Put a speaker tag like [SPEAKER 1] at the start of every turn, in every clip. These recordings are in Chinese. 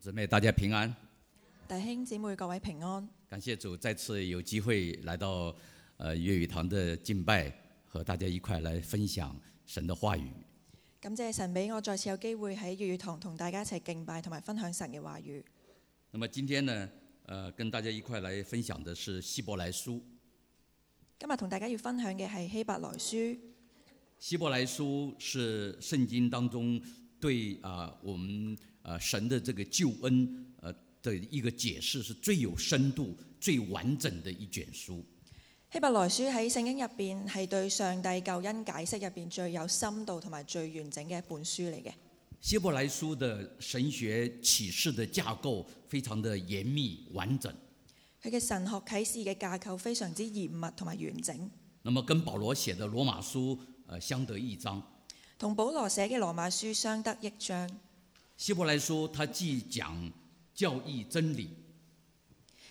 [SPEAKER 1] 姊妹，大家平安！
[SPEAKER 2] 弟兄姊妹，各位平安，
[SPEAKER 1] 感谢主，再次有机会来到呃粤语堂的敬拜，和大家一块来分享神的话语。
[SPEAKER 2] 感謝神俾我再次有機會喺粵語堂同大家一齊敬拜同埋分享神嘅話語。
[SPEAKER 1] 那么今天呢，呃，跟大家一块来分享的是希伯来书。
[SPEAKER 2] 今日同大家要分享嘅係希伯來書，
[SPEAKER 1] 希伯来书是圣经当中对啊、我们呃神的这个救恩呃的一个解释，是最有深度、最完整的一卷书。
[SPEAKER 2] 希伯來書喺聖經入邊係對上帝救恩解釋入邊最有深度同埋最完整嘅一本書嚟嘅。
[SPEAKER 1] 希伯来书的神学启示的架构非常的严密完整，
[SPEAKER 2] 佢嘅神學啟示嘅架構非常之嚴密同埋完整，
[SPEAKER 1] 那么跟保罗写的罗马书呃相得益彰。
[SPEAKER 2] 同保羅寫嘅羅馬書相得益彰。
[SPEAKER 1] 希伯来书它既讲教义真理，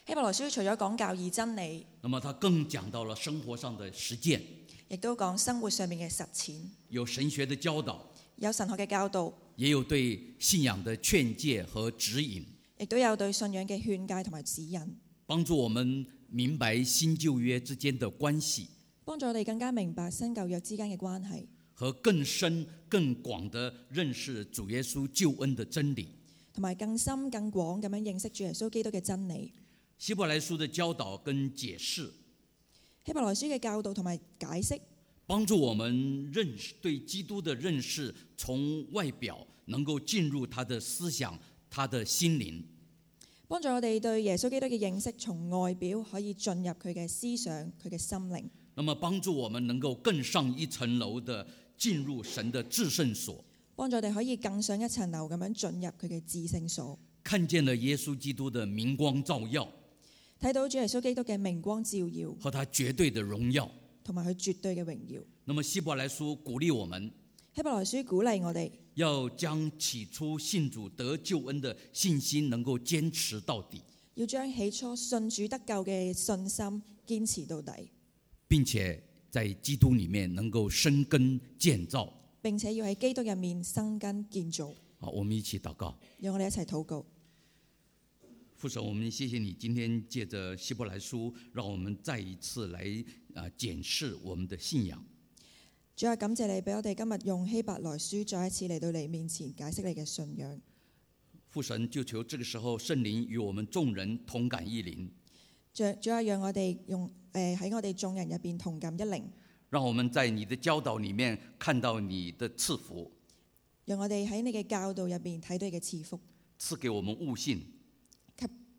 [SPEAKER 2] 希伯來書除咗講教義真理，
[SPEAKER 1] 那么它更讲到了生活上的实践，
[SPEAKER 2] 亦都講生活上面嘅實踐，
[SPEAKER 1] 有神学的教导，
[SPEAKER 2] 有神學嘅教導，
[SPEAKER 1] 也有对信仰的劝诫和指引，
[SPEAKER 2] 亦都有對信仰嘅勸戒同埋指引。
[SPEAKER 1] 帮助我们明白新旧约之间的关系
[SPEAKER 2] 幫助我哋更加明白新舊約之間嘅關係，
[SPEAKER 1] 和更深更广的认识主耶稣救恩的真理。
[SPEAKER 2] 同埋更深更廣咁樣認識主耶穌基督嘅真理。
[SPEAKER 1] 希伯来书的教导跟解释，
[SPEAKER 2] 希伯來書嘅教導同埋解釋，
[SPEAKER 1] 帮助我们认识对基督的认识，从外表能够进入他的思想、他的心灵。
[SPEAKER 2] 幫助我哋對耶穌基督嘅認識，從外表可以進入佢嘅思想、佢嘅心靈，
[SPEAKER 1] 那么帮助我们能够更上一层楼的进入神的至圣所，
[SPEAKER 2] 幫助我哋可以更上一層樓咁樣進入佢嘅至聖所，
[SPEAKER 1] 看见了耶稣基督的明光照耀
[SPEAKER 2] 睇到主耶穌基督嘅明光照耀，
[SPEAKER 1] 和他绝对的荣耀。
[SPEAKER 2] 同埋佢絕對嘅榮耀。
[SPEAKER 1] 那么希伯来书鼓励我们
[SPEAKER 2] 希伯來書鼓勵我哋
[SPEAKER 1] 要将起初信主得救恩的信心能够坚持到底，
[SPEAKER 2] 要將起初信主得救嘅信心堅持到底，
[SPEAKER 1] 并且在基督里面能够生根建造。
[SPEAKER 2] 並且要喺基督入面生根建造。
[SPEAKER 1] 好，我们一起祷告。
[SPEAKER 2] 讓我哋一齊禱告。
[SPEAKER 1] 父神，我们谢谢你今天借着希伯来书，让我们再一次来啊、呃检视我们的信仰。
[SPEAKER 2] 主啊，感謝你俾我哋今日用希伯來書再一次嚟到你面前解釋你嘅信仰。
[SPEAKER 1] 父神，就求这个时候圣灵与我们众人同感一灵，
[SPEAKER 2] 主主啊，讓我哋用誒喺、我哋眾人入邊同感一靈，
[SPEAKER 1] 让我们在你的教導里面看到你的赐福，
[SPEAKER 2] 讓我哋喺你嘅教導入邊睇到你嘅賜福，
[SPEAKER 1] 赐给我们悟性，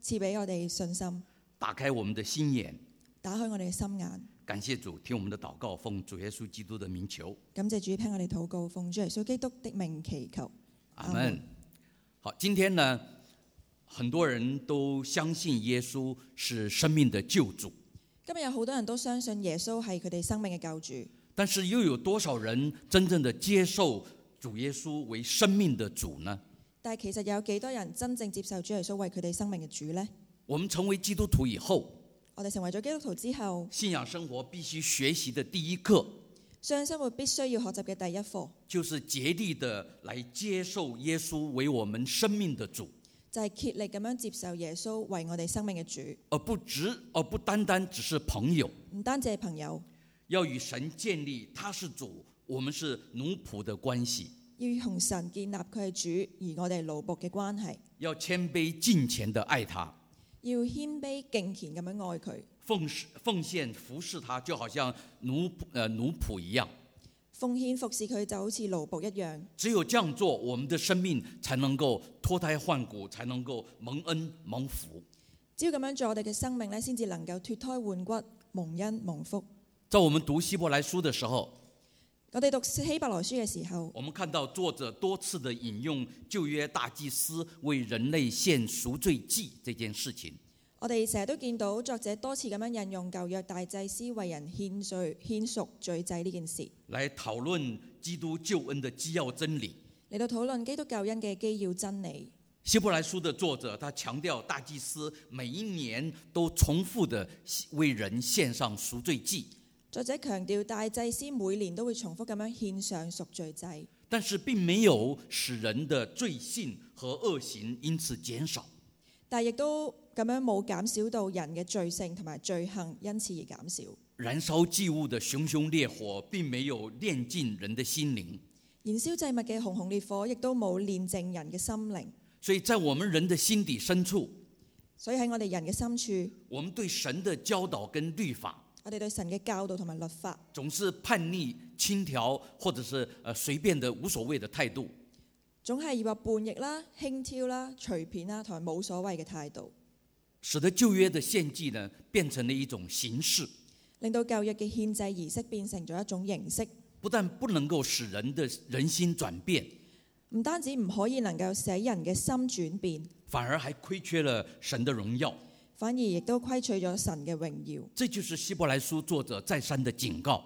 [SPEAKER 2] 賜俾我哋信心，
[SPEAKER 1] 打开我们的心眼。
[SPEAKER 2] 打開我哋嘅心眼。
[SPEAKER 1] 感谢主，听我们的祷告，奉主耶稣基督的名求，
[SPEAKER 2] 感謝主聽我哋禱告，奉主耶穌基督的名祈求。
[SPEAKER 1] 阿门。好，今天呢，很多人都相信耶稣是生命的救主。
[SPEAKER 2] 今日有好多人都相信耶穌係佢哋生命嘅救主，
[SPEAKER 1] 但是又有多少人真正的接受主耶稣为生命的主呢？
[SPEAKER 2] 但係其實有幾多人真正接受主耶穌為佢哋生命嘅主呢？
[SPEAKER 1] 我们成为基督徒以后，
[SPEAKER 2] 我哋成為咗基督徒之後，
[SPEAKER 1] 信仰生活必须学习的第一课，
[SPEAKER 2] 信仰生活必須要學習嘅第一課。
[SPEAKER 1] 就是竭力的来接受耶稣为我们生命的主，
[SPEAKER 2] 就係竭力咁樣接受耶穌為我哋生命嘅主，
[SPEAKER 1] 而不只而不单单只是朋友，
[SPEAKER 2] 唔單止係朋友，
[SPEAKER 1] 要与神建立他是主，我们是奴仆的关系，
[SPEAKER 2] 要同神建立佢係主，而我哋係奴仆嘅關係，
[SPEAKER 1] 要谦卑敬虔的爱他，
[SPEAKER 2] 要謙卑敬虔咁樣愛佢，
[SPEAKER 1] 奉侍奉献服侍他，就好像奴仆呃奴仆一样。
[SPEAKER 2] 奉獻服侍佢就好似奴仆一樣。
[SPEAKER 1] 只有这样做，我们的生命才能够脱胎换骨，才能够蒙恩蒙福。
[SPEAKER 2] 只要咁樣做，我哋嘅生命咧先至能夠脱胎換骨，蒙恩蒙福。
[SPEAKER 1] 在我们读希伯来书的时候，
[SPEAKER 2] 我哋讀希伯來書嘅時候，
[SPEAKER 1] 我们看到作者多次的引用旧约大祭司为人类献赎罪祭这件事情。
[SPEAKER 2] 我哋成日都見到作者多次咁樣引用舊約大祭司為人獻罪、獻贖罪祭呢件事，
[SPEAKER 1] 来讨论基督救恩的基要真理。
[SPEAKER 2] 嚟到討論基督救恩嘅基要真理。
[SPEAKER 1] 希伯来书的作者他强调，大祭司每一年都重复的为人献上赎罪祭，
[SPEAKER 2] 作者強調大祭司每年都會重複咁樣獻上贖罪祭，
[SPEAKER 1] 但是并没有使人的罪性和恶行因此减少。
[SPEAKER 2] 但亦都咁樣冇減少到人嘅罪性同埋罪行，因此而減少。
[SPEAKER 1] 燃烧祭物的熊熊烈火，并没有炼尽人的心灵。
[SPEAKER 2] 燃燒祭物嘅熊熊烈火，亦都冇煉淨人嘅心靈。
[SPEAKER 1] 所以在我们人的心底深处，
[SPEAKER 2] 所以喺我哋人嘅深處，
[SPEAKER 1] 我们对神的教导跟律法
[SPEAKER 2] 我哋對神嘅教導同埋律法，
[SPEAKER 1] 总是叛逆、轻佻，或者是呃随便的、无所谓的态度。
[SPEAKER 2] 總係以話叛逆啦、輕佻啦、隨便啦，同埋冇所謂嘅態度，
[SPEAKER 1] 使得旧约的献祭呢，变成了一种形式，
[SPEAKER 2] 令到舊約嘅獻祭儀式變成咗一種形式，
[SPEAKER 1] 不但不能够使人的人心转变，
[SPEAKER 2] 唔單止唔可以能夠使人嘅心轉變，
[SPEAKER 1] 反而还亏缺了神的荣耀。
[SPEAKER 2] 反而亦都規取咗神嘅榮耀。
[SPEAKER 1] 这就是希伯来书作者再三的警告，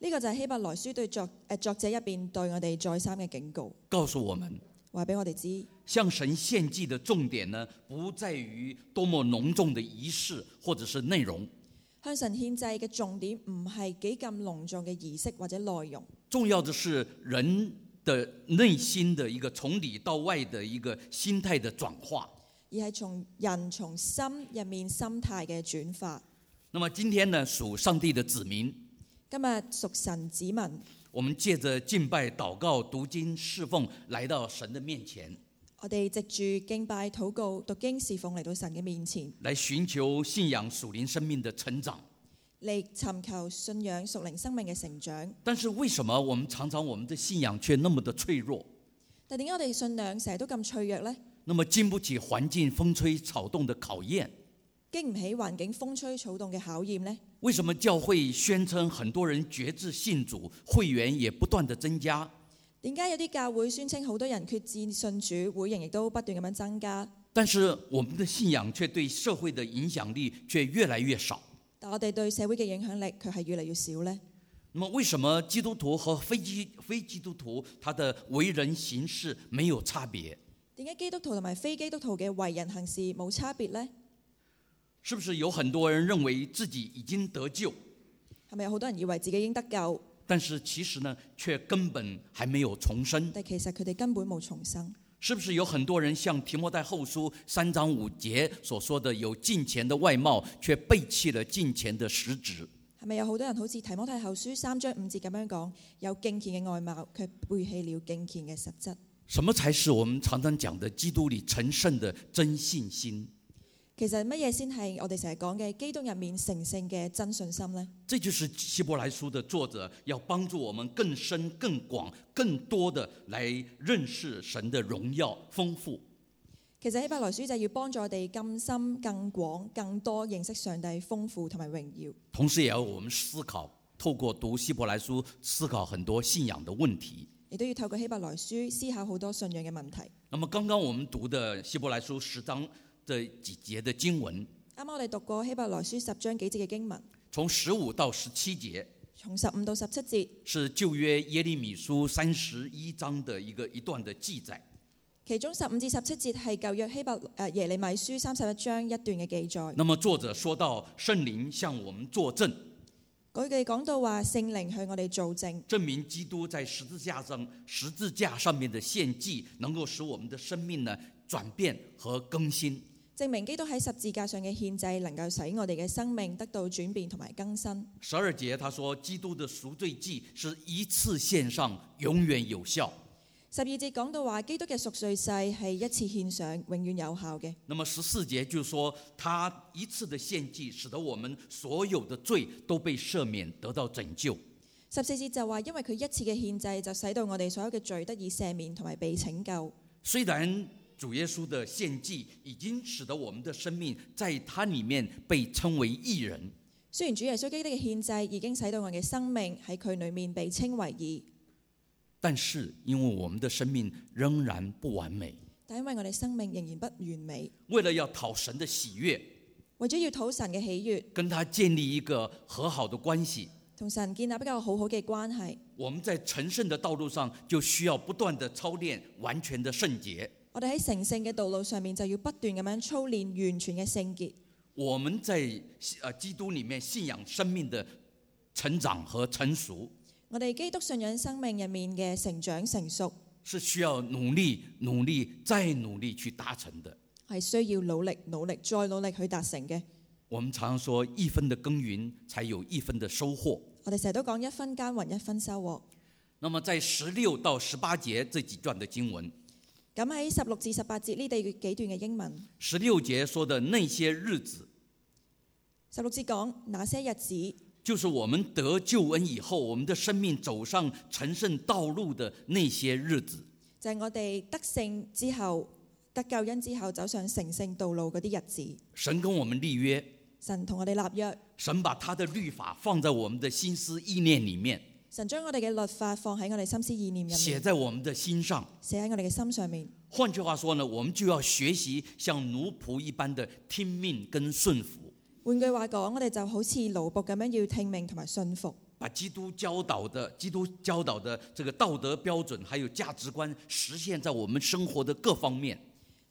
[SPEAKER 2] 呢、個就係希伯來書對作誒、作者入邊對我哋再三嘅警告，
[SPEAKER 1] 告诉我们，
[SPEAKER 2] 話俾我哋知，
[SPEAKER 1] 向神献祭的重点呢，不在于多么隆重的仪式或者是内容，
[SPEAKER 2] 向神獻祭嘅重點唔係幾咁隆重嘅儀式或者內容，
[SPEAKER 1] 重要的是人的内心的一个从里到外的一个心态的转化。
[SPEAKER 2] 而係從人從心入面心態嘅轉化。
[SPEAKER 1] 那么今天呢，属上帝的子民，
[SPEAKER 2] 今日屬神子民，
[SPEAKER 1] 我们借着敬拜、祷告、读经、侍奉，来到神的面前，
[SPEAKER 2] 我哋藉住敬拜、禱告、讀經、侍奉嚟到神嘅面前，
[SPEAKER 1] 来寻求信仰属灵生命的成长。
[SPEAKER 2] 嚟尋求信仰屬靈生命嘅成長。
[SPEAKER 1] 但是为什么我们常常我们的信仰却那么的脆弱，
[SPEAKER 2] 但點解我哋信仰成日都咁脆弱呢？
[SPEAKER 1] 那么经不起环境风吹草动的考验？
[SPEAKER 2] 經唔起環境風吹草動嘅考驗呢？
[SPEAKER 1] 为什么教会宣称很多人决志信主，会员也不断的增加，
[SPEAKER 2] 點解有啲教會宣稱好多人決志信主，會員亦都不斷咁樣增加，
[SPEAKER 1] 但是我们的信仰却对社会的影响力却越来越少？
[SPEAKER 2] 但我哋對社會嘅影響力卻係越嚟越少呢？
[SPEAKER 1] 那么为什么基督徒和非基非基督徒他的为人行事没有差别？
[SPEAKER 2] 點解基督徒同埋非基督徒嘅為人行事冇差別呢？
[SPEAKER 1] 是不是有很多人认为自己已经得救，
[SPEAKER 2] 係咪有好多人以為自己已經得救，
[SPEAKER 1] 但是其实呢却根本还没有重生？
[SPEAKER 2] 但其實佢哋根本冇重生？
[SPEAKER 1] 是不是有很多人像提摩太后书三章五节所说的，有近前的外貌，却背弃了近前的实质？
[SPEAKER 2] 係咪有好多人好似提摩太後書三章五節咁樣講，有敬虔嘅外貌，卻背棄了敬虔嘅實質？
[SPEAKER 1] 什么才是我们常常讲的基督里成圣的真信心？
[SPEAKER 2] 其實乜嘢先係我哋成日講嘅基督入面成聖嘅真信心呢？
[SPEAKER 1] 这就是希伯来书的作者要帮助我们更深、更广、更多的来认识神的荣耀、丰富。
[SPEAKER 2] 其實希伯來書就係要幫助我哋更深、更廣、更多認識上帝豐富同埋榮耀，
[SPEAKER 1] 同时，也要我们思考，透过读希伯来书，思考很多信仰的问题。
[SPEAKER 2] 亦都要透過希伯來書思考好多信仰嘅問題。
[SPEAKER 1] 那么，刚刚我们读的希伯来书十章的几节的经文，
[SPEAKER 2] 啱啱我哋讀過希伯來書十章幾節嘅經文，
[SPEAKER 1] 从十五到十七节
[SPEAKER 2] 從十五到十七節，
[SPEAKER 1] 是旧约耶利米书三十一章的一个一段的记载。
[SPEAKER 2] 其中十五至十七節係舊約希伯呃耶利米書三十一章一段嘅記載。
[SPEAKER 1] 那么，作者说到圣灵向我们作证，
[SPEAKER 2] 佢哋講到話聖靈向我哋做證，
[SPEAKER 1] 证明基督在十字架上十字架上面的献祭，能够使我们的生命呢转变和更新。
[SPEAKER 2] 證明基督喺十字架上嘅獻祭能夠使我哋嘅生命得到轉變同埋更新。
[SPEAKER 1] 十二节他说，基督的赎罪祭是一次献上，永远有效。
[SPEAKER 2] 十二節講到話基督嘅贖罪祭係一次獻上，永遠有效嘅。
[SPEAKER 1] 那么十四节就说，他一次的献祭，使得我们所有的罪都被赦免，得到拯救。
[SPEAKER 2] 十四節就話，因為佢一次嘅獻祭就使到我哋所有嘅罪得以赦免同埋被拯救。
[SPEAKER 1] 虽然主耶稣的献祭已经使得我们的生命在他里面被称为义人，
[SPEAKER 2] 雖然主耶穌基督嘅獻祭已經使到我嘅生命喺佢裡面被稱為義，
[SPEAKER 1] 但是因为我们的生命仍然不完美，
[SPEAKER 2] 但因為我哋生命仍然不完美，
[SPEAKER 1] 为了要讨神的喜悦，
[SPEAKER 2] 為咗要討神嘅喜悦，
[SPEAKER 1] 跟他建立一个和好的关系，
[SPEAKER 2] 同神建立比較好好嘅關係，
[SPEAKER 1] 我们在成圣的道路上就需要不断的操练完全的圣洁。
[SPEAKER 2] 我哋喺成聖嘅道路上面就要不斷咁樣操練完全嘅聖潔。
[SPEAKER 1] 我们在呃基督里面信仰生命的成长和成熟，
[SPEAKER 2] 我哋基督信仰生命入面嘅成長成熟
[SPEAKER 1] 是需要努力、努力再努力去达成的。
[SPEAKER 2] 係需要努力、努力再努力去達成嘅。
[SPEAKER 1] 我们常说，一分的耕耘才有一分的收获。
[SPEAKER 2] 我哋成日都講一分耕耘一分收穫。
[SPEAKER 1] 那么，在十六到十八节这几段的经文，
[SPEAKER 2] 咁喺十六至十八節呢地幾段嘅英文，
[SPEAKER 1] 十六节说的那些日子，
[SPEAKER 2] 十六節講那些日子
[SPEAKER 1] 就是我们得救恩以后，我们的生命走上成圣道路的那些日子。
[SPEAKER 2] 就係我哋得勝之後、得救恩之後走上成聖道路嗰啲日子。
[SPEAKER 1] 神跟我们立约，
[SPEAKER 2] 神同我哋立約，
[SPEAKER 1] 神把他的律法放在我们的心思意念里面，
[SPEAKER 2] 神將我哋嘅律法放喺我哋心思意念入
[SPEAKER 1] 写
[SPEAKER 2] 面，
[SPEAKER 1] 在我们的心上。
[SPEAKER 2] 寫喺我哋嘅心上面。
[SPEAKER 1] 换句话说呢，我们就要学习像奴仆一般的听命跟顺服，
[SPEAKER 2] 換句話講，我哋就好似奴仆咁樣要聽命同埋信服，
[SPEAKER 1] 把基督教导的基督教导的这个道德标准还有价值观实现在我们生活的各方面，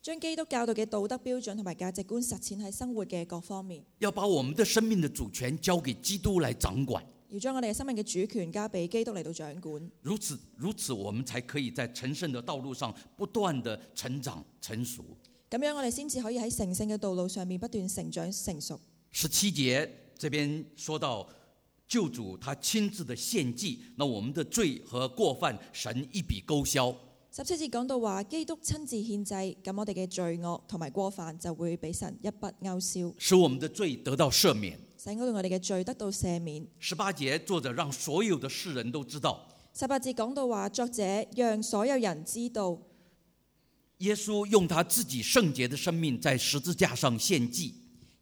[SPEAKER 2] 將基督教導嘅道德標準同埋價值觀實踐喺生活嘅各方面，
[SPEAKER 1] 要把我们的生命的主权交给基督来掌管。
[SPEAKER 2] 要將我哋嘅生命嘅主權交俾基督嚟到掌管。
[SPEAKER 1] 如此，如此，我们才可以在成圣的道路上不断的成长成熟。
[SPEAKER 2] 咁樣我哋先至可以喺成聖嘅道路上面不斷成長成熟。
[SPEAKER 1] 十七节这边说到救主他亲自的献祭，那我们的罪和过犯，神一笔勾销。
[SPEAKER 2] 十七節講到話，基督親自獻祭，咁我哋嘅罪惡同埋過犯就會俾神一筆勾銷，
[SPEAKER 1] 使我们的罪得到赦免。
[SPEAKER 2] 使我哋我哋嘅罪得到赦免。
[SPEAKER 1] 十八节，作者让所有的世人都知道，
[SPEAKER 2] 十八節講到話，作者讓所有人知道，
[SPEAKER 1] 耶稣用他自己圣洁的生命在十字架上献祭，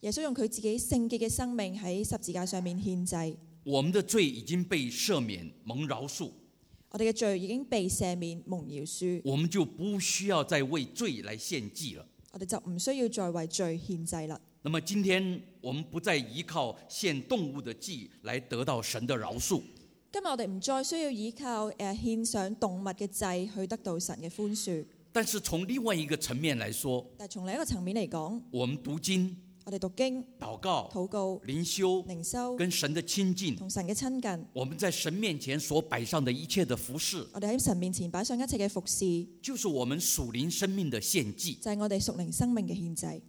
[SPEAKER 2] 耶穌用佢自己聖潔嘅生命喺十字架上面獻祭，
[SPEAKER 1] 我们的罪已经被赦免、蒙饶恕，
[SPEAKER 2] 我哋嘅罪已經被赦免蒙饒恕，
[SPEAKER 1] 我们就不需要再为罪来献祭了。
[SPEAKER 2] 我哋就唔需要再為罪獻祭啦。
[SPEAKER 1] 那么今天我们不再依靠献动物的祭来得到神的饶恕，
[SPEAKER 2] 今日我哋唔再需要依靠誒、呃、獻上動物嘅祭去得到神嘅寬恕，
[SPEAKER 1] 但是从另外一个层面来说，
[SPEAKER 2] 但係從另一個層面嚟講，
[SPEAKER 1] 我们读经、
[SPEAKER 2] 我哋讀經、
[SPEAKER 1] 祷告、
[SPEAKER 2] 禱告、
[SPEAKER 1] 灵修
[SPEAKER 2] 靈修
[SPEAKER 1] 跟神的亲近，
[SPEAKER 2] 同神嘅親近，
[SPEAKER 1] 我们在神面前所摆上的一切的服饰，
[SPEAKER 2] 我哋喺神面前擺上一切嘅服侍，就
[SPEAKER 1] 就是我们属灵生命的献祭。
[SPEAKER 2] 係、我哋屬靈生命嘅獻祭。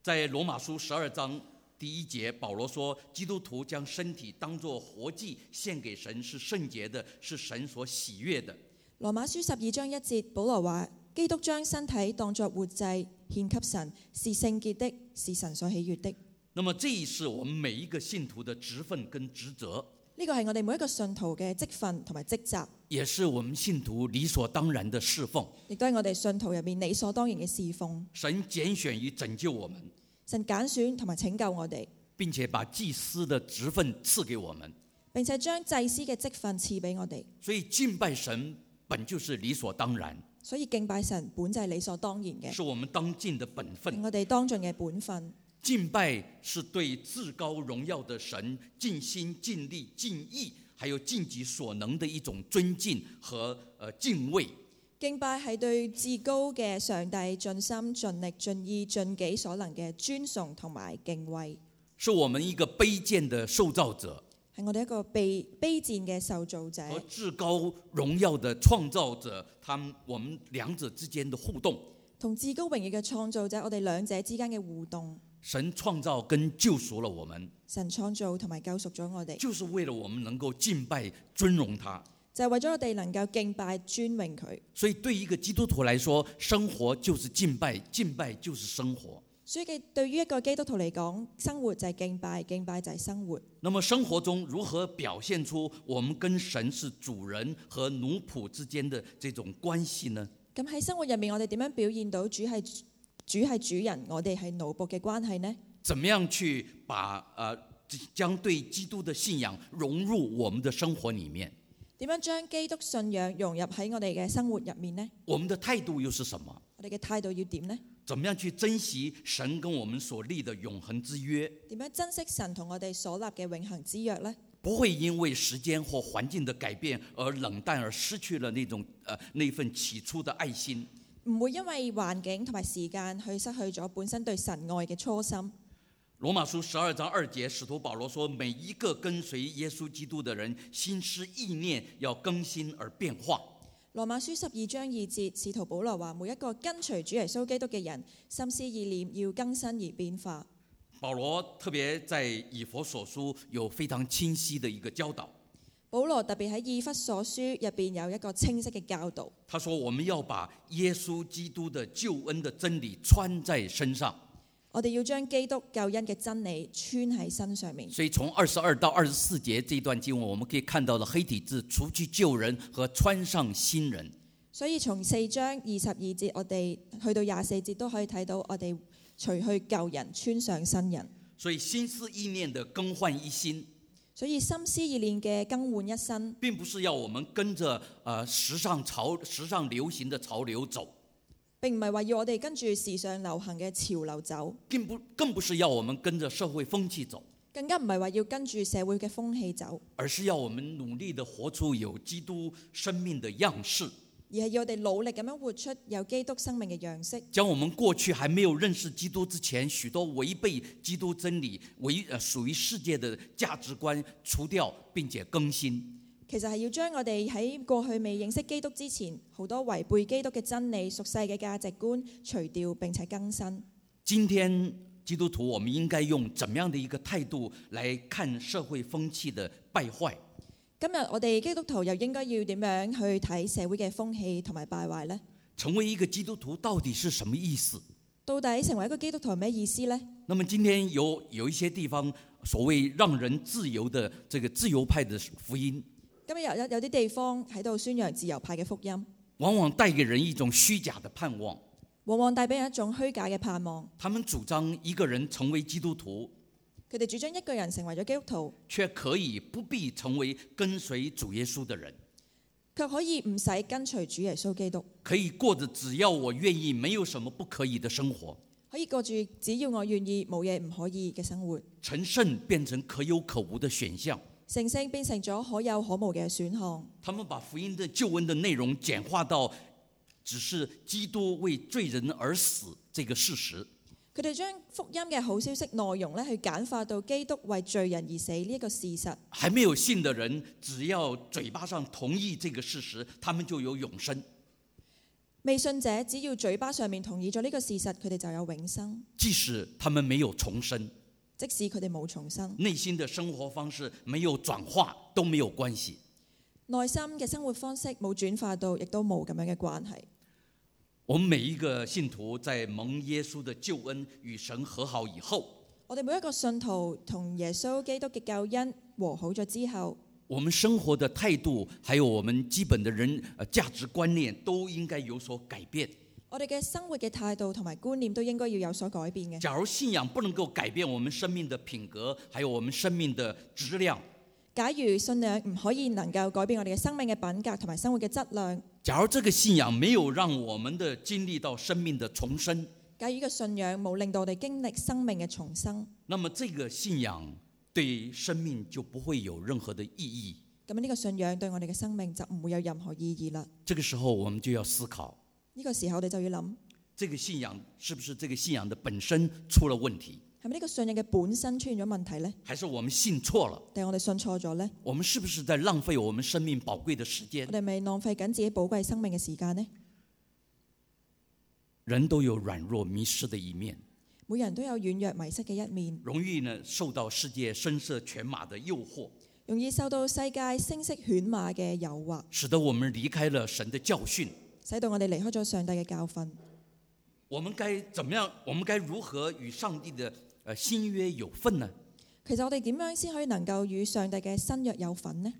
[SPEAKER 1] 在罗马书十二章第一节，保罗说：“基督徒将身体当作活祭献给神，是圣洁的，是神所喜悦的。
[SPEAKER 2] 羅馬書十二章一節，保羅話：基督將身體當作活祭獻給神，是聖潔的，是神所喜悅的。呢、”
[SPEAKER 1] 那么，这是我们每一个信徒的职分跟职责，
[SPEAKER 2] 個係我哋每一個信徒嘅職分同埋職責，
[SPEAKER 1] 也是我们信徒理所当然的侍奉。
[SPEAKER 2] 亦都係我哋信徒入面理所當然嘅侍奉。
[SPEAKER 1] 神拣选与拯救我们，
[SPEAKER 2] 神揀選同埋拯救我哋，
[SPEAKER 1] 并且把祭司的职分赐给我们，
[SPEAKER 2] 並且將祭司嘅職分賜俾我哋。
[SPEAKER 1] 所以敬拜神本就是理所当然，
[SPEAKER 2] 所以敬拜神本就係理所當然嘅，
[SPEAKER 1] 是我们当尽的本分
[SPEAKER 2] 係。我哋當盡嘅本分。
[SPEAKER 1] 敬拜是对至高荣耀的神尽心尽力尽意，还有尽己所能的一种尊敬和呃敬畏。
[SPEAKER 2] 敬拜係對至高嘅上帝盡心盡力盡意盡己所能嘅尊崇同埋敬畏，
[SPEAKER 1] 是我们一个卑贱的受造者
[SPEAKER 2] 係我哋一個被卑賤嘅受造者
[SPEAKER 1] 和至高荣耀的创造者，他们我们两者之间的互动。
[SPEAKER 2] 同至高榮耀嘅創造者，我哋兩者之間嘅互動。
[SPEAKER 1] 神创造跟救赎了我们，
[SPEAKER 2] 神創造同埋救贖咗我哋，
[SPEAKER 1] 就是为了我们能够敬拜尊荣他。
[SPEAKER 2] 就係、為咗我哋能夠敬拜尊榮佢。
[SPEAKER 1] 所以，对一个基督徒来说，生活就是敬拜，敬拜就是生活。
[SPEAKER 2] 所以嘅對於一個基督徒嚟講，生活就係敬拜，敬拜就係生活。
[SPEAKER 1] 那么生活中如何表现出我们跟神是主人和奴仆之间的这种关系呢？
[SPEAKER 2] 咁喺生活入面，我哋點樣表現到主係主係主人，我哋係奴仆嘅關係呢？
[SPEAKER 1] 怎么样去把呃将对基督的信仰融入我们的生活里面？
[SPEAKER 2] 點樣將基督信仰融入喺我哋嘅生活入面呢？
[SPEAKER 1] 我们的态度又是什么？
[SPEAKER 2] 我哋嘅態度要點呢？
[SPEAKER 1] 怎么样去珍惜神跟我们所立的永恒之约？
[SPEAKER 2] 點樣珍惜神同我哋所立嘅永恆之約呢？
[SPEAKER 1] 不会因为时间或环境的改变而冷淡，而失去了那种呃那份起初的爱心。
[SPEAKER 2] 唔會因為環境同埋時間去失去咗本身對神愛嘅初心。
[SPEAKER 1] 罗马书十二章二节，使徒保罗说：“每一个跟随耶稣基督的人，心思意念要更新而变化。
[SPEAKER 2] 羅馬書十二章二節，使徒保羅話：每一個跟隨主耶穌基督嘅人，心思意念要更新而變化。”
[SPEAKER 1] 保罗特别在以佛所书有非常清晰的一个教导，
[SPEAKER 2] 保羅特別喺以弗所書入邊有一個清晰嘅教導，
[SPEAKER 1] 他说：“我们要把耶稣基督的救恩的真理穿在身上。”
[SPEAKER 2] 我哋要將基督救恩嘅真理穿喺身上面。
[SPEAKER 1] 所以从二十二到二十四节这一段经文，我们可以看到了黑体字除去旧人和穿上新人。
[SPEAKER 2] 所以從四章二十二節，我哋去到廿四節都可以睇到，我哋除去舊人，穿上新人。
[SPEAKER 1] 所以心思意念的更换一新，
[SPEAKER 2] 所以心思意念嘅更換一新，
[SPEAKER 1] 并不是要我们跟着呃时尚潮、时尚流行的潮流走，
[SPEAKER 2] 並唔係話要我哋跟住時尚流行嘅潮流走，
[SPEAKER 1] 更不更不是要我们跟着社会风气走，
[SPEAKER 2] 更加唔係話要跟住社會嘅風氣走，
[SPEAKER 1] 而是要我们努力的活出有基督生命的样式，
[SPEAKER 2] 而係要我哋努力咁樣活出有基督生命嘅樣式。
[SPEAKER 1] 将我们过去还没有认识基督之前许多违背基督真理、违呃属于世界的价值观除掉，并且更新。
[SPEAKER 2] 其實係要將我哋喺過去未認識基督之前，好多違背基督嘅真理、屬世嘅價值觀除掉並且更新。
[SPEAKER 1] 今天基督徒，我们应该用怎么样的一个态度来看社会风气的败坏？
[SPEAKER 2] 今日我哋基督徒又應該要點樣去睇社會嘅風氣同埋敗壞呢？
[SPEAKER 1] 成为一个基督徒到底是什么意思？
[SPEAKER 2] 到底成為一個基督徒係咩意思呢？
[SPEAKER 1] 那么今天有有一些地方所谓让人自由的这个自由派的福音，
[SPEAKER 2] 今日有有有啲地方喺度宣揚自由派嘅福音，
[SPEAKER 1] 往往带给人一种虚假的盼望。
[SPEAKER 2] 往往帶俾人一種虛假嘅盼望。
[SPEAKER 1] 他们主张一个人成为基督徒，
[SPEAKER 2] 佢哋主張一個人成為咗基督徒，
[SPEAKER 1] 却可以不必成为跟随主耶稣的人，
[SPEAKER 2] 卻可以唔使跟隨主耶穌基督，
[SPEAKER 1] 可以过着只要我愿意，没有什么不可以的生活。
[SPEAKER 2] 可以過住只要我願意冇嘢唔可以嘅生活。
[SPEAKER 1] 成圣变成可有可无的选项。
[SPEAKER 2] 成聖變成咗可有可無嘅選項。
[SPEAKER 1] 他们把福音的救恩的内容简化到只是基督为罪人而死这个事实。
[SPEAKER 2] 佢哋將福音嘅好消息內容咧，去簡化到基督為罪人而死呢一個事實。
[SPEAKER 1] 还没有信的人，只要嘴巴上同意这个事实，他们就有永生。
[SPEAKER 2] 未信者只要嘴巴上面同意咗呢個事實，佢哋就有永生，
[SPEAKER 1] 即使他们没有重生，
[SPEAKER 2] 即使佢哋冇重生。
[SPEAKER 1] 内心的生活方式没有转化都没有关系。
[SPEAKER 2] 內心嘅生活方式冇轉化到，亦都冇咁樣嘅關係。
[SPEAKER 1] 我们每一个信徒在蒙耶稣的救恩与神和好以后，
[SPEAKER 2] 我哋每一個信徒同耶穌基督嘅救恩和好咗之後，
[SPEAKER 1] 我们生活的态度，还有我们基本的人呃价值观念，都应该有所改变。
[SPEAKER 2] 我哋嘅生活嘅態度同埋觀念都應該要有所改變嘅。
[SPEAKER 1] 假如信仰不能够改变我们生命的品格，还有我们生命的质量；
[SPEAKER 2] 假如信仰唔可以能夠改變我哋嘅生命嘅品格同埋生活嘅質量，
[SPEAKER 1] 假如这个信仰没有让我们的经历到生命的重生，
[SPEAKER 2] 假如個信仰冇令到我哋經歷生命嘅重生，
[SPEAKER 1] 那么这个信仰对生命就不会有任何的意义。
[SPEAKER 2] 咁呢個信仰對我哋嘅生命就唔會有任何意義啦。
[SPEAKER 1] 这个时候，我们就要思考，
[SPEAKER 2] 呢、個時候我哋就要諗，
[SPEAKER 1] 这个信仰是不是这个信仰的本身出了问题，
[SPEAKER 2] 係咪呢個信仰嘅本身出現咗問題呢？
[SPEAKER 1] 还是我们信错了？
[SPEAKER 2] 定係我哋信錯咗呢？
[SPEAKER 1] 我们是不是在浪费我们生命宝贵的时间
[SPEAKER 2] 我？哋咪浪費緊自己寶貴生命嘅時間呢？
[SPEAKER 1] 人都有软弱迷失的一面，
[SPEAKER 2] 每人都有軟弱迷失嘅一面，
[SPEAKER 1] 容易呢受到世界声色犬马的诱惑。
[SPEAKER 2] 容易受到世界聲色犬馬嘅誘惑，
[SPEAKER 1] 使得我们离开了神的教训。
[SPEAKER 2] 使到我哋離開咗上帝嘅教訓。
[SPEAKER 1] 我们该怎么样？我们该如何与上帝的呃新约有份呢？
[SPEAKER 2] 其實我哋點樣先可以能夠與上帝嘅新約有份呢？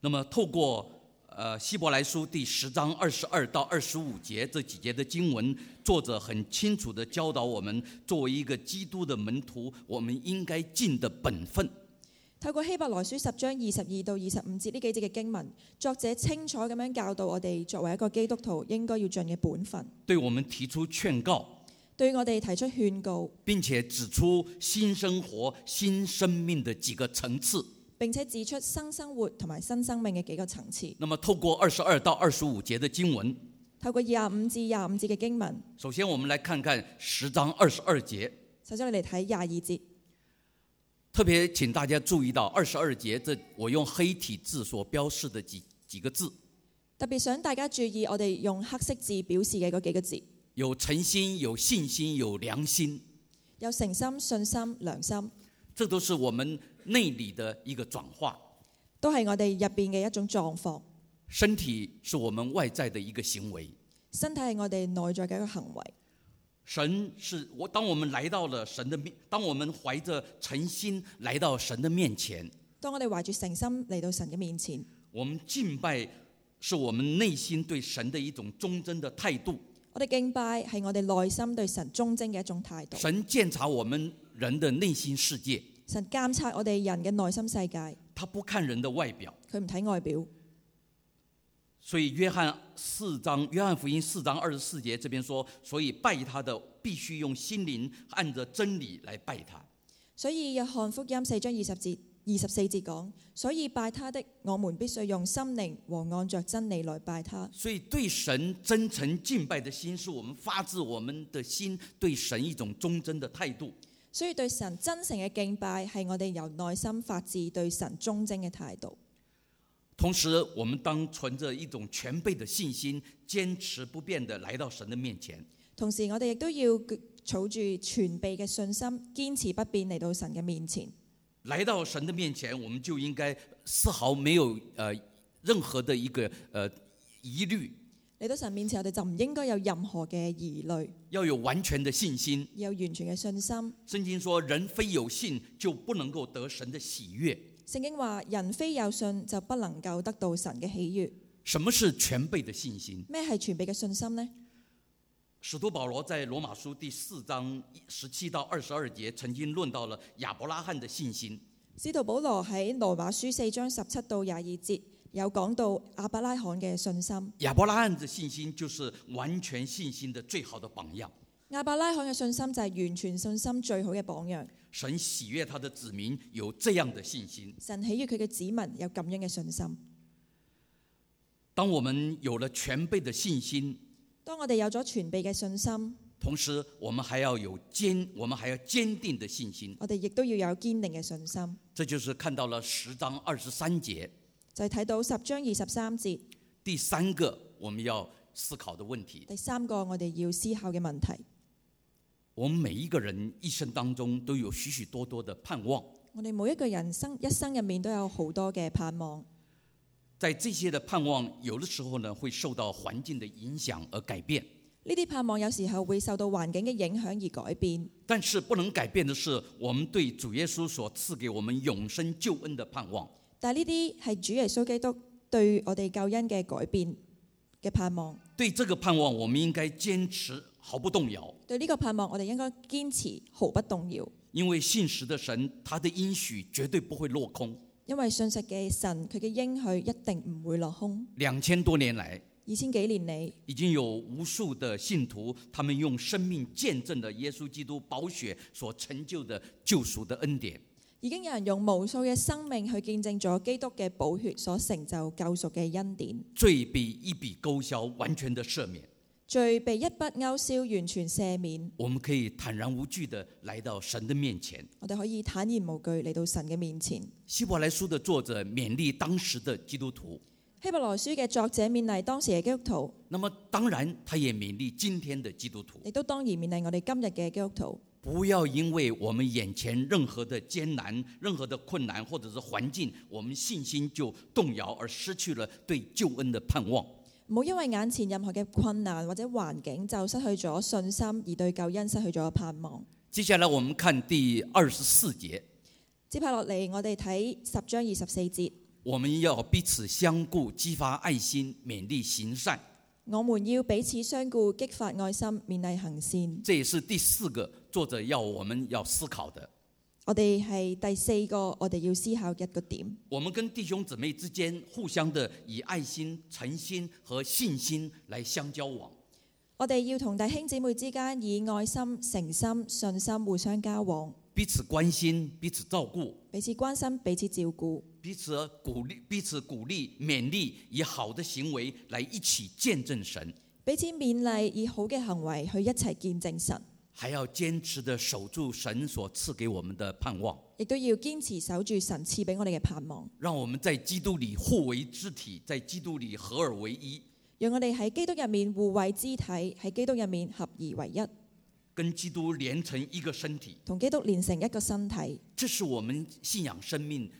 [SPEAKER 1] 那么透过呃希伯来书第十章二十二到二十五节这几节的经文，作者很清楚地教导我们，作为一个基督的门徒，我们应该尽的本分。
[SPEAKER 2] 透過希伯來書十章二十二到二十五節呢幾節嘅經文，作者清楚咁樣教導我哋作為一個基督徒應該要盡嘅本分，
[SPEAKER 1] 对我们提出劝告，
[SPEAKER 2] 對我哋提出勸告，
[SPEAKER 1] 并且指出新生活、新生命的几个层次。
[SPEAKER 2] 並且指出新生活同埋新生命嘅幾個層次。
[SPEAKER 1] 那么透过二十二到二十五节的经文，
[SPEAKER 2] 透過廿五至廿五節嘅經文，
[SPEAKER 1] 首先，我们来看看十章二十二节。
[SPEAKER 2] 首先我哋嚟睇廿二節，
[SPEAKER 1] 特别请大家注意到二十二节，这我用黑体字所标示的几几个字，
[SPEAKER 2] 特別想大家注意，我哋用黑色字表示嘅嗰幾個字，
[SPEAKER 1] 有诚心、有信心、有良心，
[SPEAKER 2] 有誠心、信心、良心，
[SPEAKER 1] 这都是我们内里的一个转化。
[SPEAKER 2] 都係我哋入邊嘅一種狀況。
[SPEAKER 1] 身体是我们外在的一个行为。
[SPEAKER 2] 身體係我哋內在嘅一個行為。
[SPEAKER 1] 神是我，当我们来到了神的面，当我们怀着诚心来到神的面前，
[SPEAKER 2] 當我哋懷住誠心嚟到神嘅面前，
[SPEAKER 1] 我们敬拜是我们内心对神的一种忠贞的态度。
[SPEAKER 2] 我哋敬拜係我哋內心對神忠貞嘅一種態度。
[SPEAKER 1] 神鉴察我們人的内心世界，
[SPEAKER 2] 神監察我哋人嘅內心世界，
[SPEAKER 1] 他不看人的外表。
[SPEAKER 2] 佢唔睇外表。
[SPEAKER 1] 所以约翰四章，约翰福音四章二十四节这边说，所以拜他的必须用心灵按着真理来拜他。
[SPEAKER 2] 所以約翰福音四章二十節二十四節講，所以拜他的，我們必須用心靈和按着真理來拜他。
[SPEAKER 1] 所以对神真诚敬拜的心，是我们发自我们的心对神一种忠贞的态度。
[SPEAKER 2] 所以對神真誠嘅敬拜係我哋由內心發自對神忠貞嘅態度。
[SPEAKER 1] 同时，我们当存着一种全备的信心，坚持不变的来到神的面前。
[SPEAKER 2] 同時，我哋亦都要儲住全備嘅信心，堅持不變嚟到神嘅面前。
[SPEAKER 1] 来到神的面前，我们就应该丝毫没有呃任何的一个呃疑虑，
[SPEAKER 2] 嚟到神面前，我哋就唔應該有任何嘅疑慮，
[SPEAKER 1] 要有完全的信心。
[SPEAKER 2] 要有完全嘅信心。
[SPEAKER 1] 圣经说，人非有信就不能够得神的喜悦。
[SPEAKER 2] 聖經話：人非有信，就不能夠得到神嘅喜悦。
[SPEAKER 1] 什么是全备的信心？
[SPEAKER 2] 咩係全備嘅信心呢？
[SPEAKER 1] 使徒保罗在罗马书第四章十七到二十二节曾经论到了亚伯拉罕的信心。
[SPEAKER 2] 使徒保羅喺羅馬書四章十七到廿二節有講到亞伯拉罕嘅信心。
[SPEAKER 1] 亚伯拉罕的信心就是完全信心的最好的榜样。
[SPEAKER 2] 亞伯拉罕嘅信心就係完全信心最好嘅榜樣。
[SPEAKER 1] 神喜悦他的子民有这样的信心。
[SPEAKER 2] 神喜悦佢嘅子民有咁樣嘅信心。
[SPEAKER 1] 当我们有了全备的信心，
[SPEAKER 2] 當我哋有咗全備嘅信心，
[SPEAKER 1] 同时，我们还要有坚，我们还要坚定的信心。
[SPEAKER 2] 我哋亦都要有堅定嘅信心。
[SPEAKER 1] 这就是看到了十章二十三节
[SPEAKER 2] 就係睇到十章二十三節
[SPEAKER 1] 第三个我们要思考的问题。
[SPEAKER 2] 第三個我哋要思考嘅問題。
[SPEAKER 1] 我们每一个人一生当中都有许许多多的盼望，
[SPEAKER 2] 我哋每一個人生一生入面都有好多嘅盼望，
[SPEAKER 1] 在这些的盼望，有的时候呢会受到环境的影响而改变，
[SPEAKER 2] 呢啲盼望有時候會受到環境嘅影響而改變，
[SPEAKER 1] 但是不能改变的是我们对主耶稣所赐给我们永生救恩的盼望。
[SPEAKER 2] 但係呢啲係主耶穌基督對我哋救恩嘅改變嘅盼望。
[SPEAKER 1] 对这个盼望，我们应该坚持，毫不动摇。
[SPEAKER 2] 對呢個盼望，我哋應該堅持，毫不動搖，
[SPEAKER 1] 因为信实的神，他的应许绝对不会落空。
[SPEAKER 2] 因為信實嘅神佢嘅應許一定唔會落空。
[SPEAKER 1] 两千多年来，
[SPEAKER 2] 二千幾年嚟，
[SPEAKER 1] 已经有无数的信徒，他们用生命见证了耶稣基督宝血所成就的救赎的恩典。
[SPEAKER 2] 已經有人用無數嘅生命去見證咗基督嘅寶血所成就救贖嘅恩典，
[SPEAKER 1] 罪被一笔勾销，完全的赦免，
[SPEAKER 2] 罪被一筆勾銷，完全赦免。
[SPEAKER 1] 我们可以坦然无惧地来到神的面前。
[SPEAKER 2] 我哋可以坦然無懼嚟到神嘅面前。
[SPEAKER 1] 希伯来书的作者勉励当时的基督徒，
[SPEAKER 2] 希伯來書嘅作者勉勵當時嘅基督徒，
[SPEAKER 1] 那么当然他也勉勵今天的基督徒，
[SPEAKER 2] 亦都當然勉勵我哋今日嘅基督徒，
[SPEAKER 1] 不要因为我们眼前任何的艰难、任何的困难或者是环境，我们信心就动摇而失去了对救恩的盼望。
[SPEAKER 2] 唔好因為眼前任何嘅困難或者環境就失去咗信心，而對救恩失去咗盼望。
[SPEAKER 1] 接下来我们看第二十四节，
[SPEAKER 2] 接下落嚟，我哋睇十章二十四節，
[SPEAKER 1] 我们要彼此相顾，激发爱心，勉励行善。
[SPEAKER 2] 我們要彼此相顧，激發愛心，勉勵行善。
[SPEAKER 1] 这也是第四个作者要我们要思考的。
[SPEAKER 2] 我哋係第四個，我哋要思考一個點。
[SPEAKER 1] 我们跟弟兄姊妹之间互相的以爱心、诚心和信心来相交往。
[SPEAKER 2] 我哋要同弟兄姊妹之間以愛心、誠心、信心互相交往，
[SPEAKER 1] 彼此关心，彼此照顾，
[SPEAKER 2] 彼此關心，彼此照顧，
[SPEAKER 1] 彼此鼓励，彼此鼓励、勉励，以好的行为来一起见证神。
[SPEAKER 2] 彼此勉勵，以好嘅行為去一齊見證神。
[SPEAKER 1] 还要坚持的守住神所赐给我们的盼望，
[SPEAKER 2] 亦都要堅持守住神賜俾我哋嘅盼望，
[SPEAKER 1] 让我们在基督里互为肢体，在基督里合而为一，
[SPEAKER 2] 讓我哋喺基督入面互為肢體，喺基督入面合而為一，
[SPEAKER 1] 跟基督连成一个身体。
[SPEAKER 2] 同基督連成一個身體。
[SPEAKER 1] 这是我们信仰生命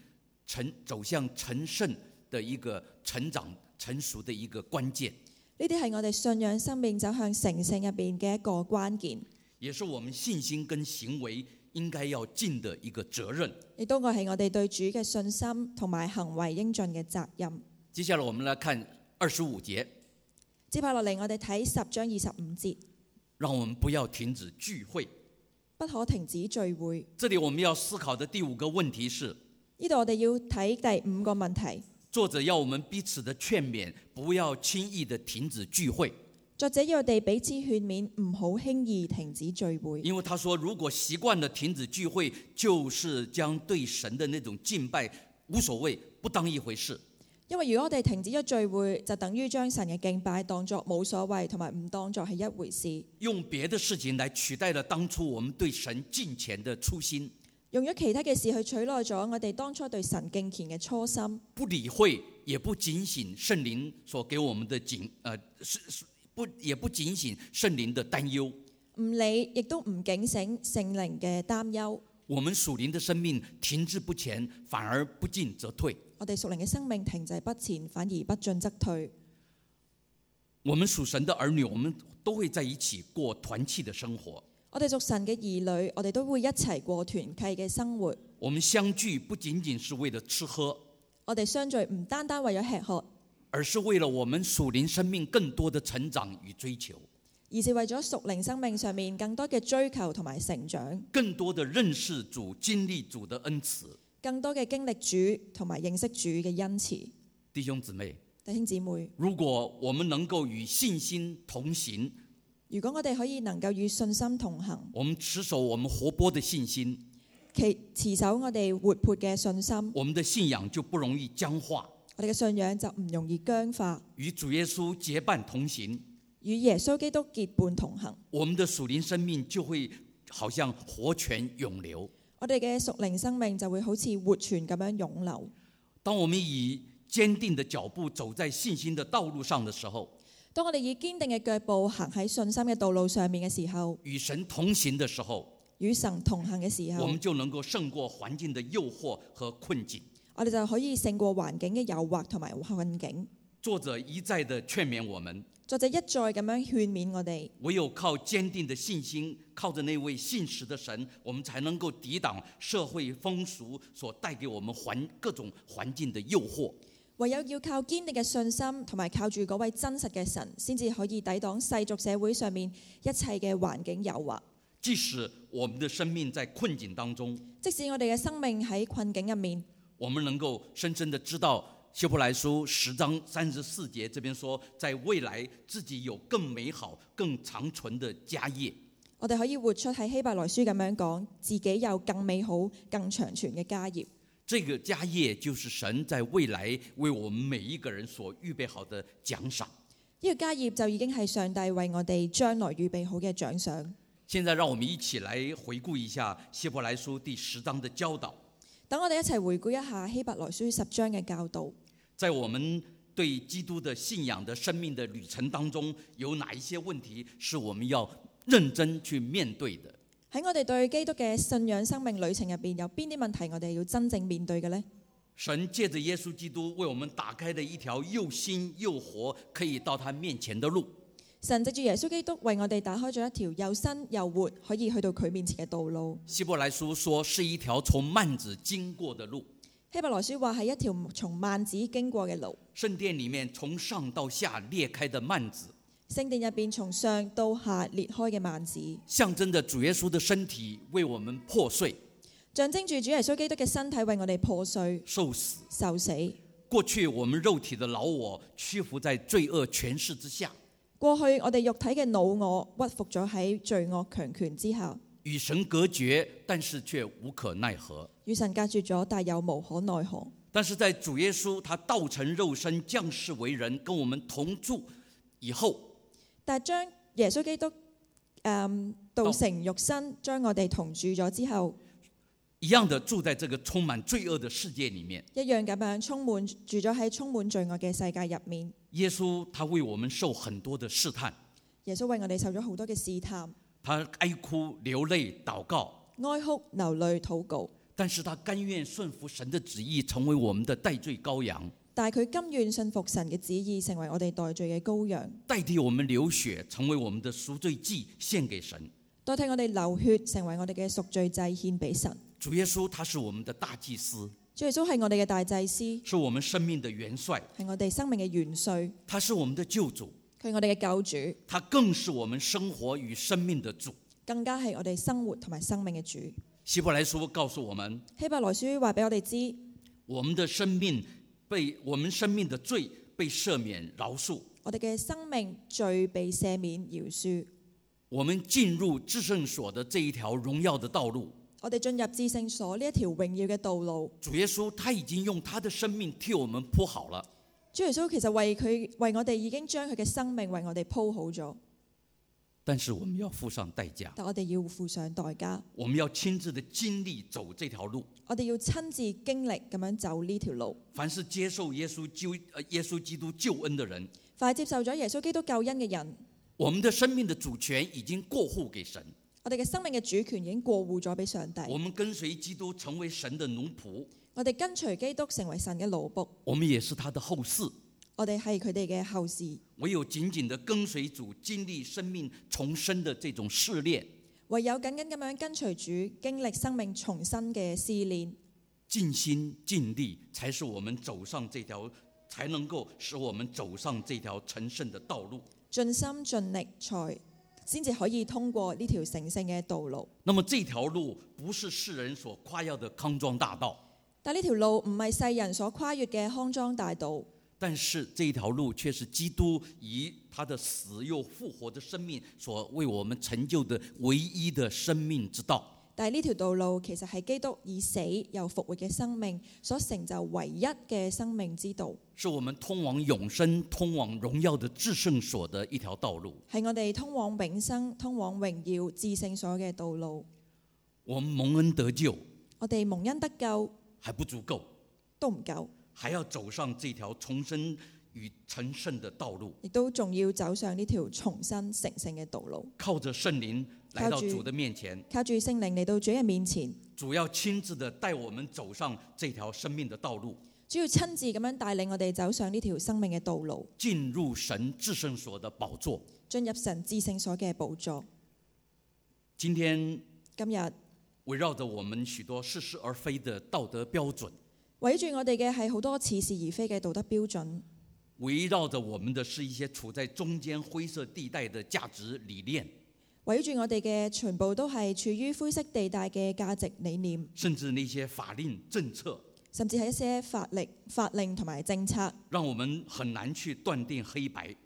[SPEAKER 1] 成走向成圣的一个成长成熟的一个关键，
[SPEAKER 2] 呢啲係我哋信仰生命走向成聖入面嘅一個關鍵，
[SPEAKER 1] 也是我们信心跟行为应该要尽的一个责任。
[SPEAKER 2] 亦都係我哋對主嘅信心同埋行為應盡嘅責任。
[SPEAKER 1] 接下来我们来看二十五节，
[SPEAKER 2] 接下落嚟，我哋睇十章二十五節，
[SPEAKER 1] 让我们不要停止聚会。
[SPEAKER 2] 不可停止聚會。
[SPEAKER 1] 这里我们要思考的第五个问题是：
[SPEAKER 2] 呢度我哋要睇第五個問題，
[SPEAKER 1] 作者要我们彼此的劝勉，不要轻易的停止聚会，
[SPEAKER 2] 作者要我哋彼此勸勉，唔好輕易停止聚會。
[SPEAKER 1] 因为他说，如果习惯了停止聚会，就是将对神的那种敬拜无所谓，不当一回事。
[SPEAKER 2] 因為如果我哋停止咗聚會，就等於將神嘅敬拜當作冇所謂，同埋唔當作係一回事，
[SPEAKER 1] 用别的事情来取代了当初我们对神敬虔的初心，
[SPEAKER 2] 用咗其他嘅事去取代咗我哋當初對神敬虔嘅初心，
[SPEAKER 1] 不理会，也不警醒圣灵所给我们的警呃是是不也不警醒圣灵的担忧。
[SPEAKER 2] 唔理亦都唔警醒聖靈嘅擔憂。
[SPEAKER 1] 我们属灵的生命停滞不前，反而不进则退；
[SPEAKER 2] 我哋屬靈嘅生命停滯不前，反而不進則退。
[SPEAKER 1] 我们属神的儿女，我们都会在一起过团契的生活。
[SPEAKER 2] 我哋屬神嘅兒女，我哋都會一齊過團契嘅生活。
[SPEAKER 1] 我们相聚不仅仅是为了吃喝，
[SPEAKER 2] 我哋相聚唔單單為咗吃喝，
[SPEAKER 1] 而是为了我们属灵生命更多的成長与追求，
[SPEAKER 2] 而是為咗屬靈生命上面更多嘅追求同埋成長，
[SPEAKER 1] 更多的认识主、经歷主的恩慈。
[SPEAKER 2] 更多嘅經歷主同埋認識主嘅恩慈。
[SPEAKER 1] 弟兄姊妹，
[SPEAKER 2] 弟兄姊妹，
[SPEAKER 1] 如果我们能够与信心同行，
[SPEAKER 2] 如果我哋可以能夠與信心同行，
[SPEAKER 1] 我们持守我们活泼的信心，
[SPEAKER 2] 其持守我哋活潑嘅信心，
[SPEAKER 1] 我们的信仰就不容易僵化。
[SPEAKER 2] 我哋嘅信仰就唔容易僵化。
[SPEAKER 1] 与主耶穌结伴同行，
[SPEAKER 2] 與耶穌基督結伴同行，
[SPEAKER 1] 我们的属灵生命就会好像活泉涌流。
[SPEAKER 2] 我哋嘅屬靈生命就會好似活泉咁樣湧流。
[SPEAKER 1] 当我们以坚定的脚步走在信心的道路上的时候，
[SPEAKER 2] 當我哋以堅定嘅腳步行喺信心嘅道路上面嘅時候，
[SPEAKER 1] 与神同行的时候，
[SPEAKER 2] 與神同行嘅時
[SPEAKER 1] 我
[SPEAKER 2] 候
[SPEAKER 1] 们，就能够胜过环境的诱惑和困境。
[SPEAKER 2] 我哋就可以勝過環境嘅誘惑同埋困境。
[SPEAKER 1] 作者一再的劝勉我们，
[SPEAKER 2] 作者一再咁樣勸勉我哋，
[SPEAKER 1] 唯有靠坚定的信心，靠着那位信实的神，我们才能够抵挡社会风俗所带给我们环各种环境的诱惑。
[SPEAKER 2] 唯有要靠堅定嘅信心，同埋靠住嗰位真實嘅神，先至可以抵擋世俗社會上面一切嘅環境誘惑。
[SPEAKER 1] 即使我们的生命在困境当中，
[SPEAKER 2] 即使我哋嘅生命喺困境入面，
[SPEAKER 1] 我们能够深深的知道希伯来书十章三十四节这边说，在未来自己有更美好、更长存的家业。
[SPEAKER 2] 我哋可以活出喺希伯來書咁樣講，自己有更美好、更長存嘅家業。
[SPEAKER 1] 这个家业就是神在未来为我们每一个人所预备好的奖赏。
[SPEAKER 2] 呢、個家業就已經係上帝為我哋將來預備好嘅獎賞。
[SPEAKER 1] 现在，让我们一起来回顾一下希伯来书第十章的教导。
[SPEAKER 2] 等我哋一齊回顧一下希伯來書十章嘅教導。
[SPEAKER 1] 在我们对基督的信仰的生命的旅程当中，有哪一些问题是我们要认真去面对的？
[SPEAKER 2] 喺我哋對基督嘅信仰生命旅程入邊，有邊啲問題我哋要真正面對嘅呢？
[SPEAKER 1] 神借着耶稣基督为我们打开了一条又新又活可以到他面前的路。
[SPEAKER 2] 神藉住耶穌基督為我哋打開咗一條又新又活可以去到佢面前嘅道路。
[SPEAKER 1] 希伯来书说是一条從幔子经过的路。
[SPEAKER 2] 希伯來書話係一條從幔子經過嘅路，
[SPEAKER 1] 圣殿里面从上到下裂开的幔子，
[SPEAKER 2] 聖殿入邊從上到下裂開嘅幔子，
[SPEAKER 1] 象征着主耶稣的身體为我们破碎、
[SPEAKER 2] 象徵住主耶穌基督嘅身體為我哋破碎、
[SPEAKER 1] 受死。
[SPEAKER 2] 受死。
[SPEAKER 1] 过去我们肉体的老我屈服在罪恶权势之下，
[SPEAKER 2] 過去我哋肉體嘅老我屈服咗喺罪惡強權之下，
[SPEAKER 1] 与神隔绝，但是却无可奈何。
[SPEAKER 2] 與神隔絕咗，但又無可奈何。
[SPEAKER 1] 但是在主耶稣他道成肉身降世为人，跟我们同住以后，
[SPEAKER 2] 但係將耶穌基督誒道成肉身，將我哋同住咗之後，
[SPEAKER 1] 一样的住在这个充满罪恶的世界里面。
[SPEAKER 2] 一樣咁樣充滿住咗喺充滿罪惡嘅世界入面。
[SPEAKER 1] 耶稣他为我们受很多的试探，
[SPEAKER 2] 耶穌為我哋受咗好多嘅試探、
[SPEAKER 1] 他哀哭流泪祷告，
[SPEAKER 2] 哀哭、流淚、禱告，
[SPEAKER 1] 但是他甘愿顺服神的旨意，成为我们的代罪羔羊，
[SPEAKER 2] 但係佢甘願信服神嘅旨意，成為我哋代罪嘅羔羊，
[SPEAKER 1] 代替我们流血，成为我们的赎罪祭，献给神。
[SPEAKER 2] 代替我哋流血，成為我哋嘅贖罪祭獻俾神。
[SPEAKER 1] 主耶稣他是我们的大祭司，
[SPEAKER 2] 主耶穌係我哋嘅大祭司，
[SPEAKER 1] 是我们生命的元帅，
[SPEAKER 2] 係我哋生命嘅元帥，
[SPEAKER 1] 他是我们的救主，
[SPEAKER 2] 佢係我哋嘅救主，
[SPEAKER 1] 他更是我们生活与生命的主。
[SPEAKER 2] 更加係我哋生活同埋生命嘅主。
[SPEAKER 1] 希伯来书告诉我们，
[SPEAKER 2] 希伯來書話俾我哋知，
[SPEAKER 1] 我们的生命被我们生命的罪被赦免饶恕，
[SPEAKER 2] 我哋嘅生命罪被赦免饒恕，
[SPEAKER 1] 我们进入至圣所的这一条荣耀的道路。
[SPEAKER 2] 我哋進入至聖所呢一條榮耀嘅道路。
[SPEAKER 1] 主耶稣他已经用他的生命替我们铺好了，
[SPEAKER 2] 主耶穌其實為佢為我哋已經將佢嘅生命為我哋鋪好咗，
[SPEAKER 1] 但是我们要付上代价，
[SPEAKER 2] 但我哋要付上代價，
[SPEAKER 1] 我们要亲自的经历走这条路。
[SPEAKER 2] 我哋要親自經歷咁樣走呢條路。
[SPEAKER 1] 凡是接受耶稣救呃耶稣基督救恩的人，
[SPEAKER 2] 快接受咗耶穌基督救恩嘅人，
[SPEAKER 1] 我们的生命的主权已經过户给神，
[SPEAKER 2] 我哋嘅生命嘅主權已經過户咗俾上帝。
[SPEAKER 1] 我们跟随基督成为神的奴仆，
[SPEAKER 2] 我哋跟隨基督成為神嘅奴仆，
[SPEAKER 1] 我们也是他的后嗣。
[SPEAKER 2] 我哋係佢哋嘅後事。
[SPEAKER 1] 唯有紧紧的跟随主，经历生命重生的这种试炼，
[SPEAKER 2] 唯有緊緊咁樣跟隨主，經歷生命重新嘅試煉，
[SPEAKER 1] 尽心尽力，才是我们走上这条，才能够使我们走上这条成圣的道路。
[SPEAKER 2] 盡心盡力才先至可以通過呢條成聖嘅道路。
[SPEAKER 1] 那么这条路不是世人所夸耀的康庄大道，
[SPEAKER 2] 但呢條路唔係世人所跨越嘅康莊大道，
[SPEAKER 1] 但是这条路却是基督以他的死又复活的生命所为我们成就的唯一的生命之道。
[SPEAKER 2] 但係呢條道路其實係基督以死又復活嘅生命所成就唯一嘅生命之道，
[SPEAKER 1] 是我们通往永生、通往荣耀的至圣所的一条道路。
[SPEAKER 2] 係我哋通往永生、通往榮耀、至聖所嘅道路。
[SPEAKER 1] 我们蒙恩得救
[SPEAKER 2] 我哋蒙恩得救
[SPEAKER 1] 还不足够，
[SPEAKER 2] 都唔夠，
[SPEAKER 1] 还要走上这条重生与成圣的道路，
[SPEAKER 2] 亦都仲要走上呢條重新成聖嘅道路，
[SPEAKER 1] 靠着圣灵来到
[SPEAKER 2] 靠主
[SPEAKER 1] 主的面前，
[SPEAKER 2] 靠住聖靈嚟到主嘅面前。
[SPEAKER 1] 主要亲自的带我们走上这条生命的道路，
[SPEAKER 2] 主要親自咁樣帶領我哋走上呢條生命嘅道路，
[SPEAKER 1] 进入神至圣所的宝座。
[SPEAKER 2] 進入神至聖所嘅寶座。
[SPEAKER 1] 今天
[SPEAKER 2] 今日
[SPEAKER 1] 围绕着我们许多似是而非的道德标准，
[SPEAKER 2] 圍住我哋嘅係好多似是而非嘅道德標準，
[SPEAKER 1] 围绕着我们的是一些处在中间灰色地带的价值理念。
[SPEAKER 2] 圍住我哋嘅全部都係處於灰色地帶嘅價值理念，
[SPEAKER 1] 甚至那些法令政策，
[SPEAKER 2] 甚至係一些法力、法令同埋政策，
[SPEAKER 1] 让我们很难去断定黑白。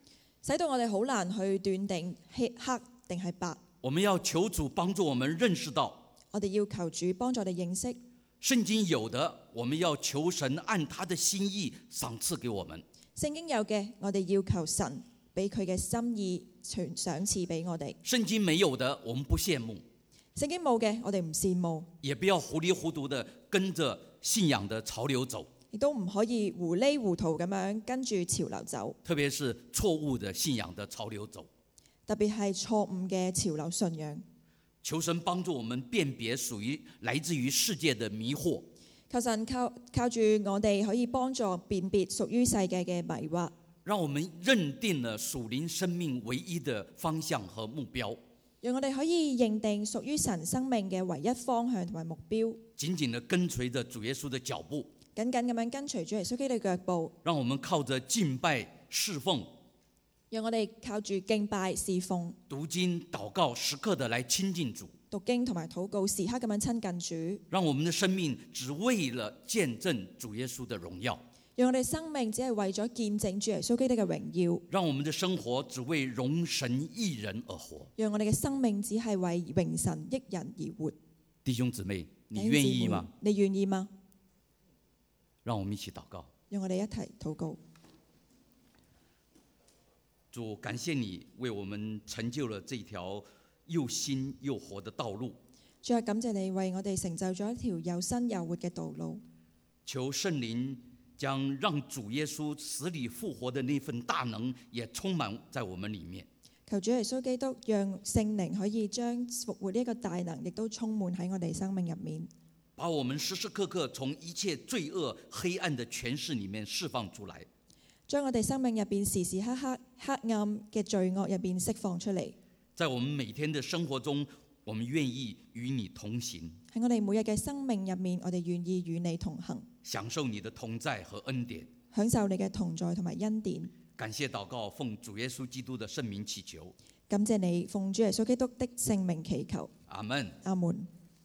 [SPEAKER 2] 使到我哋好難去斷定黑黑定係白。
[SPEAKER 1] 我们要求主帮助我们认识到，
[SPEAKER 2] 我哋要求主幫助我哋認識
[SPEAKER 1] 圣经有的，我们要求神按他的心意赏赐给我们；
[SPEAKER 2] 聖經有嘅，我哋要求神俾佢嘅心意全賞賜俾我哋。
[SPEAKER 1] 圣经没有的，我们不羡慕，
[SPEAKER 2] 聖經冇嘅，我哋唔羨慕。
[SPEAKER 1] 也不要糊里糊涂的跟着信仰的潮流走，
[SPEAKER 2] 亦都唔可以糊里糊塗咁樣跟住潮流走，
[SPEAKER 1] 特别是错误的信仰的潮流走。
[SPEAKER 2] 特別係錯誤嘅潮流信仰。
[SPEAKER 1] 求神帮助我们辨别属于来自于世界的迷惑，
[SPEAKER 2] 求神靠靠住我哋可以幫助辨別屬於世界嘅迷惑，
[SPEAKER 1] 让我们认定了属灵生命唯一的方向和目标。
[SPEAKER 2] 讓我哋可以認定屬於神生命嘅唯一方向同埋目標，
[SPEAKER 1] 紧紧地跟随着主耶稣的脚步，
[SPEAKER 2] 緊緊咁樣跟隨主耶穌基督嘅腳步，
[SPEAKER 1] 让我们靠着敬拜、侍奉、
[SPEAKER 2] 讓我哋靠住敬拜侍奉、
[SPEAKER 1] 读经、祷告，时刻的来亲近主，
[SPEAKER 2] 讀經同埋禱告，時刻咁樣親近主，
[SPEAKER 1] 让我们的生命只为了见证主耶稣的榮耀，
[SPEAKER 2] 讓我哋生命只係為咗見證主耶穌基督嘅榮耀，
[SPEAKER 1] 让我们的生活只为容神一人而活。
[SPEAKER 2] 讓我哋嘅生命只係為榮神益人而活。
[SPEAKER 1] 弟兄姊妹，你
[SPEAKER 2] 弟兄
[SPEAKER 1] 愿
[SPEAKER 2] 姊
[SPEAKER 1] 意
[SPEAKER 2] 妹
[SPEAKER 1] 吗？？
[SPEAKER 2] 你願意嗎？
[SPEAKER 1] 让我们一起祷告。
[SPEAKER 2] 讓我哋一齊禱告。
[SPEAKER 1] 主，感谢你为我们成就了这条又新又活的道路。
[SPEAKER 2] 主啊，感謝你為我哋成就咗一條又新又活嘅道路。
[SPEAKER 1] 求圣灵将让主耶稣死里复活的那份大能也充满在我们里面。
[SPEAKER 2] 求主耶穌基督讓聖靈可以將復活呢一個大能，亦都充滿喺我哋生命入面，
[SPEAKER 1] 把我们时时刻刻从一切罪恶、黑暗的权势里面释放出来，
[SPEAKER 2] 將我哋生命入面時時刻刻黑暗嘅罪惡入面釋放出嚟。
[SPEAKER 1] 在我们每天的生活中，我们愿意与你同行，
[SPEAKER 2] 喺我哋每日嘅生命入面，我哋願意與你同行，
[SPEAKER 1] 享受你的同在和恩典。
[SPEAKER 2] 享受你嘅同在同埋恩典。
[SPEAKER 1] 感谢祷告，奉主耶稣基督的圣名祈求，
[SPEAKER 2] 感謝你，奉主耶穌基督的聖名祈求，
[SPEAKER 1] 阿门。
[SPEAKER 2] 阿門。